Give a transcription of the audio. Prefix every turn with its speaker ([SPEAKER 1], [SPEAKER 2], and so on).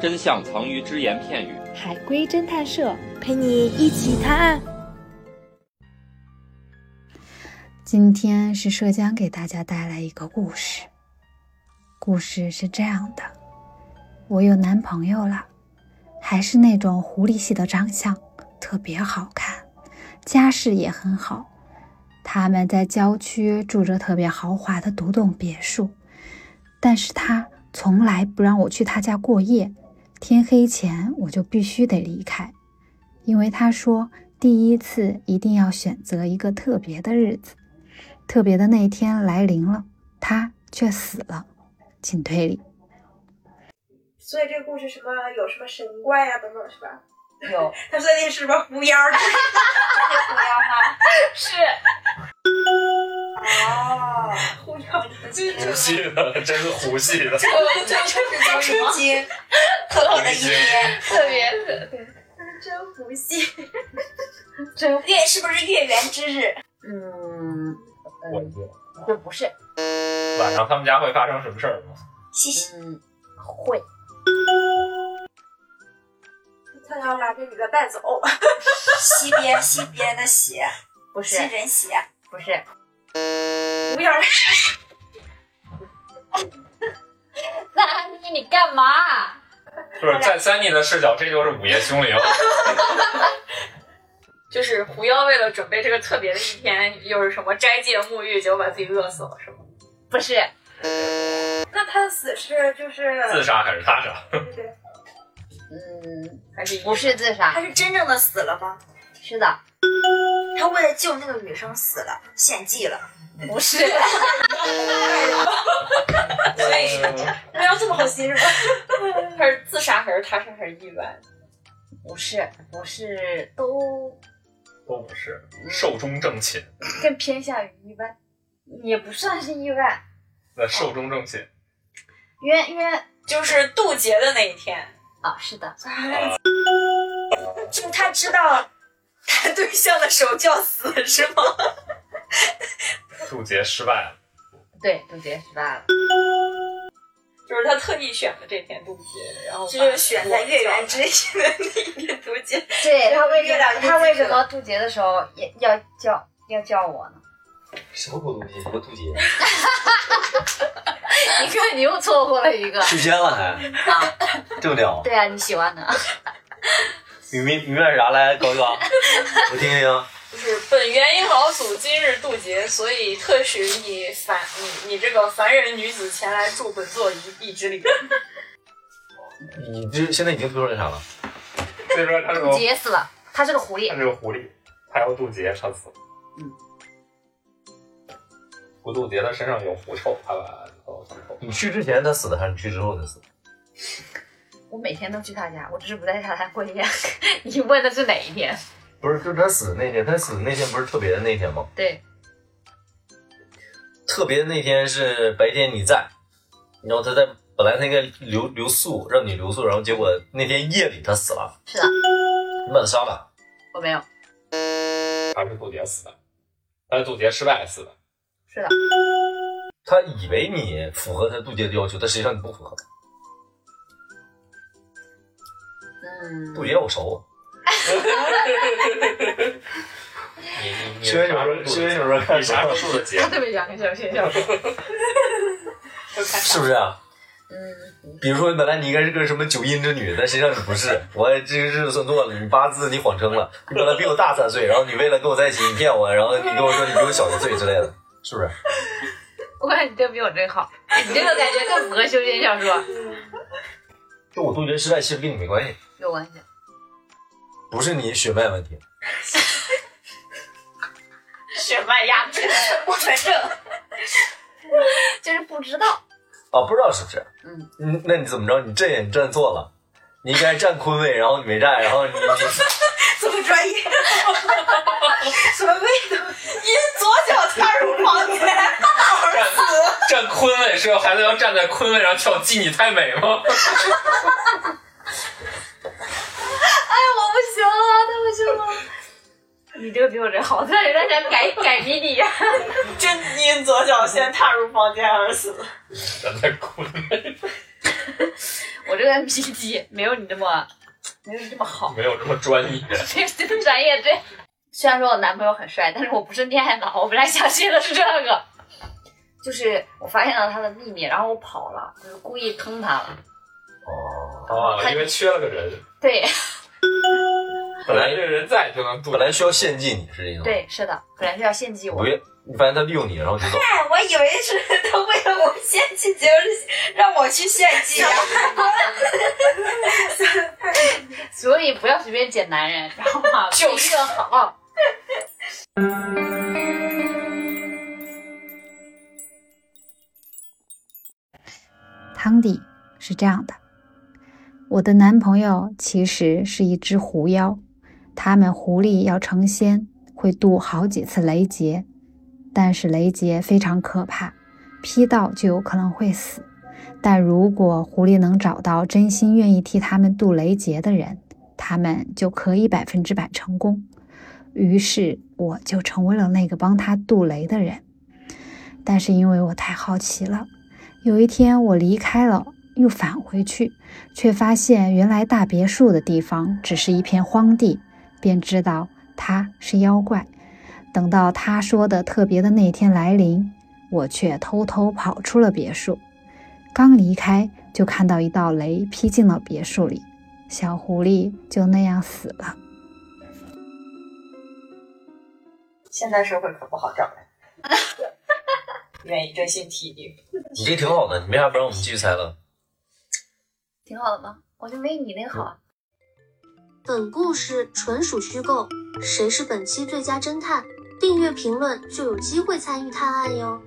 [SPEAKER 1] 真相藏于只言片语。
[SPEAKER 2] 海龟侦探社陪你一起探案。
[SPEAKER 3] 今天是社江给大家带来一个故事，故事是这样的：我有男朋友了，还是那种狐狸系的长相，特别好看，家世也很好。他们在郊区住着特别豪华的独栋别墅，但是他从来不让我去他家过夜。天黑前我就必须得离开，因为他说第一次一定要选择一个特别的日子。特别的那天来临了，他却死了。请推理。
[SPEAKER 4] 所以这个故事什么有什么神怪呀、等等是吧？
[SPEAKER 5] 有
[SPEAKER 4] 他说那是什么狐妖儿？
[SPEAKER 5] 狐妖吗？是
[SPEAKER 4] 哦，狐妖
[SPEAKER 5] 就
[SPEAKER 6] 胡戏 的，真是胡戏的。
[SPEAKER 5] 就
[SPEAKER 4] 真精，可口的一天，
[SPEAKER 5] 特别的
[SPEAKER 4] 真狐系，
[SPEAKER 5] 真
[SPEAKER 4] 月是不是月圆之日？
[SPEAKER 5] 嗯，
[SPEAKER 6] 我一定
[SPEAKER 5] 就不是
[SPEAKER 6] 晚上他们家会发生什么事儿吗？
[SPEAKER 4] 嘻嘻，
[SPEAKER 5] 嗯会
[SPEAKER 4] 他要把这女的带走，
[SPEAKER 7] 吸别人吸别人的血，
[SPEAKER 5] 不
[SPEAKER 7] 吸人血，
[SPEAKER 5] 不是
[SPEAKER 4] 狐 妖儿
[SPEAKER 5] 三妮你干嘛？
[SPEAKER 6] 就是在 Sunny 的视角，这就是午夜 凶铃。
[SPEAKER 8] 就是狐妖为了准备这个特别的一天，又是什么斋戒沐浴，结果把自己饿死了，是吗？
[SPEAKER 5] 不是
[SPEAKER 4] 那他的死是就是
[SPEAKER 6] 自杀还是他杀？
[SPEAKER 4] 对对，
[SPEAKER 5] 嗯
[SPEAKER 8] 还是
[SPEAKER 5] 不是自杀
[SPEAKER 7] 他是真正的死了吗？
[SPEAKER 5] 是的
[SPEAKER 7] 他为了救那个女生死了，献祭了。
[SPEAKER 5] 不是
[SPEAKER 8] 所以
[SPEAKER 4] 那要这么好心是吧？
[SPEAKER 8] 他是自杀还是他杀还是意外？
[SPEAKER 5] 不是不是都
[SPEAKER 6] 都不是，寿终正寝。
[SPEAKER 5] 更偏向于意外，也不算是意外，
[SPEAKER 6] 那寿终正寝，
[SPEAKER 5] 因为因为
[SPEAKER 8] 就是渡劫的那一天，
[SPEAKER 5] 啊是的
[SPEAKER 7] 就是他知道谈对象的时候就要死是吗？
[SPEAKER 6] 渡劫失败了。
[SPEAKER 5] 对渡劫失败了，
[SPEAKER 8] 就是他特意选的这天渡劫，然后把
[SPEAKER 7] 就是选在月圆之夜的那一天途径。
[SPEAKER 5] 对他为
[SPEAKER 7] 月
[SPEAKER 5] 什
[SPEAKER 7] 亮
[SPEAKER 5] 么
[SPEAKER 7] 就
[SPEAKER 5] 他为什
[SPEAKER 7] 自己
[SPEAKER 5] 么渡劫的时候也要叫要叫我呢？
[SPEAKER 9] 什么国度节？什么渡节？
[SPEAKER 5] 你看你又错过了一个
[SPEAKER 9] 续签了还？
[SPEAKER 5] 啊！
[SPEAKER 9] 这么屌？
[SPEAKER 5] 对啊，你喜欢的。
[SPEAKER 9] 明明明白啥来，高哥？ 我听听。
[SPEAKER 8] 就是本元婴老祖今日渡劫，所以特许你凡你你这个凡人女子前来助本座一臂之力。
[SPEAKER 9] 你这现在已经推出来啥了？
[SPEAKER 6] 所以说他是
[SPEAKER 5] 渡
[SPEAKER 6] 个
[SPEAKER 5] 劫死了，他是个狐
[SPEAKER 6] 他
[SPEAKER 5] 狸。
[SPEAKER 6] 是个狐狸，他要渡劫，他死了。
[SPEAKER 5] 嗯。
[SPEAKER 6] 不渡劫，他身上有狐臭，他把狐
[SPEAKER 5] 嗯
[SPEAKER 6] 臭。
[SPEAKER 9] 你去之前他死的，还是你去之后他死的？
[SPEAKER 5] 我每天都去他家，我只是不在他家过夜。 你问的是哪一天？
[SPEAKER 9] 不是，就是他死的那天，他死的那天不是特别的那天吗？
[SPEAKER 5] 对，
[SPEAKER 9] 特别的那天是白天你在，然后他在本来他应该留留宿，让你留宿，然后结果那天夜里他死了，
[SPEAKER 5] 是的，
[SPEAKER 9] 你把他杀了。
[SPEAKER 5] 我没有，
[SPEAKER 6] 他是渡劫死的，他是渡劫失败死的。
[SPEAKER 5] 是的，
[SPEAKER 9] 他以为你符合他渡劫的要求，但实际上你不符合。
[SPEAKER 5] 嗯，
[SPEAKER 9] 渡劫我熟，
[SPEAKER 6] 你你你啥
[SPEAKER 9] 学一
[SPEAKER 6] 时候
[SPEAKER 9] 会
[SPEAKER 6] 渡
[SPEAKER 9] 儿
[SPEAKER 6] 的
[SPEAKER 9] 学一会儿看
[SPEAKER 6] 你啥时候渡的 劫？
[SPEAKER 5] 特别想跟小学校。
[SPEAKER 9] 是不是啊？
[SPEAKER 5] 嗯，
[SPEAKER 9] 比如说，本来你应该是个什么九阴之女，但实际上你不是，我这个日子算错了，你八字你谎称了，你本来比我大三岁，然后你为了跟我在一起，你骗我，然后你跟我说你比我小一岁之类的，是不是？
[SPEAKER 5] 我感觉你这个比我真好，你这个感觉更符合修仙小说。
[SPEAKER 9] 就我杜绝失败，其实跟你没关系，
[SPEAKER 5] 有关系，
[SPEAKER 9] 不是你血脉问题。
[SPEAKER 8] 血脉压制，
[SPEAKER 7] 我反正
[SPEAKER 5] 就是不知道。
[SPEAKER 9] 啊，不知道是不是？
[SPEAKER 5] 嗯
[SPEAKER 9] 嗯，那你怎么着？你阵也站错了，你应该站坤位，然后你没站，然后你你
[SPEAKER 4] 这么专业，什么味道？
[SPEAKER 7] 左脚踏入房间，
[SPEAKER 6] 站 站坤位是要孩子要站在坤位上跳“鸡你太美” 吗？
[SPEAKER 5] 我不行了，太不行了。啊 你这个比我真好，我突然有点想改改迷你。
[SPEAKER 8] 真因左脚先踏入房间而死。
[SPEAKER 6] 站在坤位，
[SPEAKER 5] 我这个点脾气，没有你这么，没有你这么好，
[SPEAKER 6] 没有这么专业。
[SPEAKER 5] 这这么专业对。 虽然说我男朋友很帅，但是我不是恋爱脑，我本来想学的是这个，就是我发现了他的秘密，然后我跑了，就是故意坑他了。
[SPEAKER 6] 啊，因为缺了个人，
[SPEAKER 5] 对
[SPEAKER 6] 本来这个人在就能度
[SPEAKER 9] 本。来需要献祭你是这种，
[SPEAKER 5] 对，是的，本来是要献祭我
[SPEAKER 9] 不，愿，你发现他利用你，然后你就走。
[SPEAKER 7] 哎，我以为是他为了我献祭，结果是让我去献
[SPEAKER 5] 啊
[SPEAKER 7] 祭。
[SPEAKER 5] 所以不要随便捡男人，知道吗？就是好。
[SPEAKER 3] 汤底是这样的：我的男朋友其实是一只狐妖，他们狐狸要成仙会渡好几次雷劫，但是雷劫非常可怕，劈到就有可能会死。但如果狐狸能找到真心愿意替他们渡雷劫的人，他们就可以百分之百成功。于是我就成为了那个帮他渡雷的人。但是因为我太好奇了，有一天我离开了，又返回去，却发现原来大别墅的地方只是一片荒地，便知道他是妖怪。等到他说的特别的那天来临，我却偷偷跑出了别墅。刚离开，就看到一道雷劈进了别墅里，小狐狸就那样死了。
[SPEAKER 7] 现在社会可不好找人。愿意真心替你，
[SPEAKER 9] 你这挺好的，你为啥不让我们继续猜了？
[SPEAKER 5] 挺好的吗？我觉得没你那个好啊。
[SPEAKER 10] 本故事纯属虚构，谁是本期最佳侦探？订阅评论就有机会参与探案哟。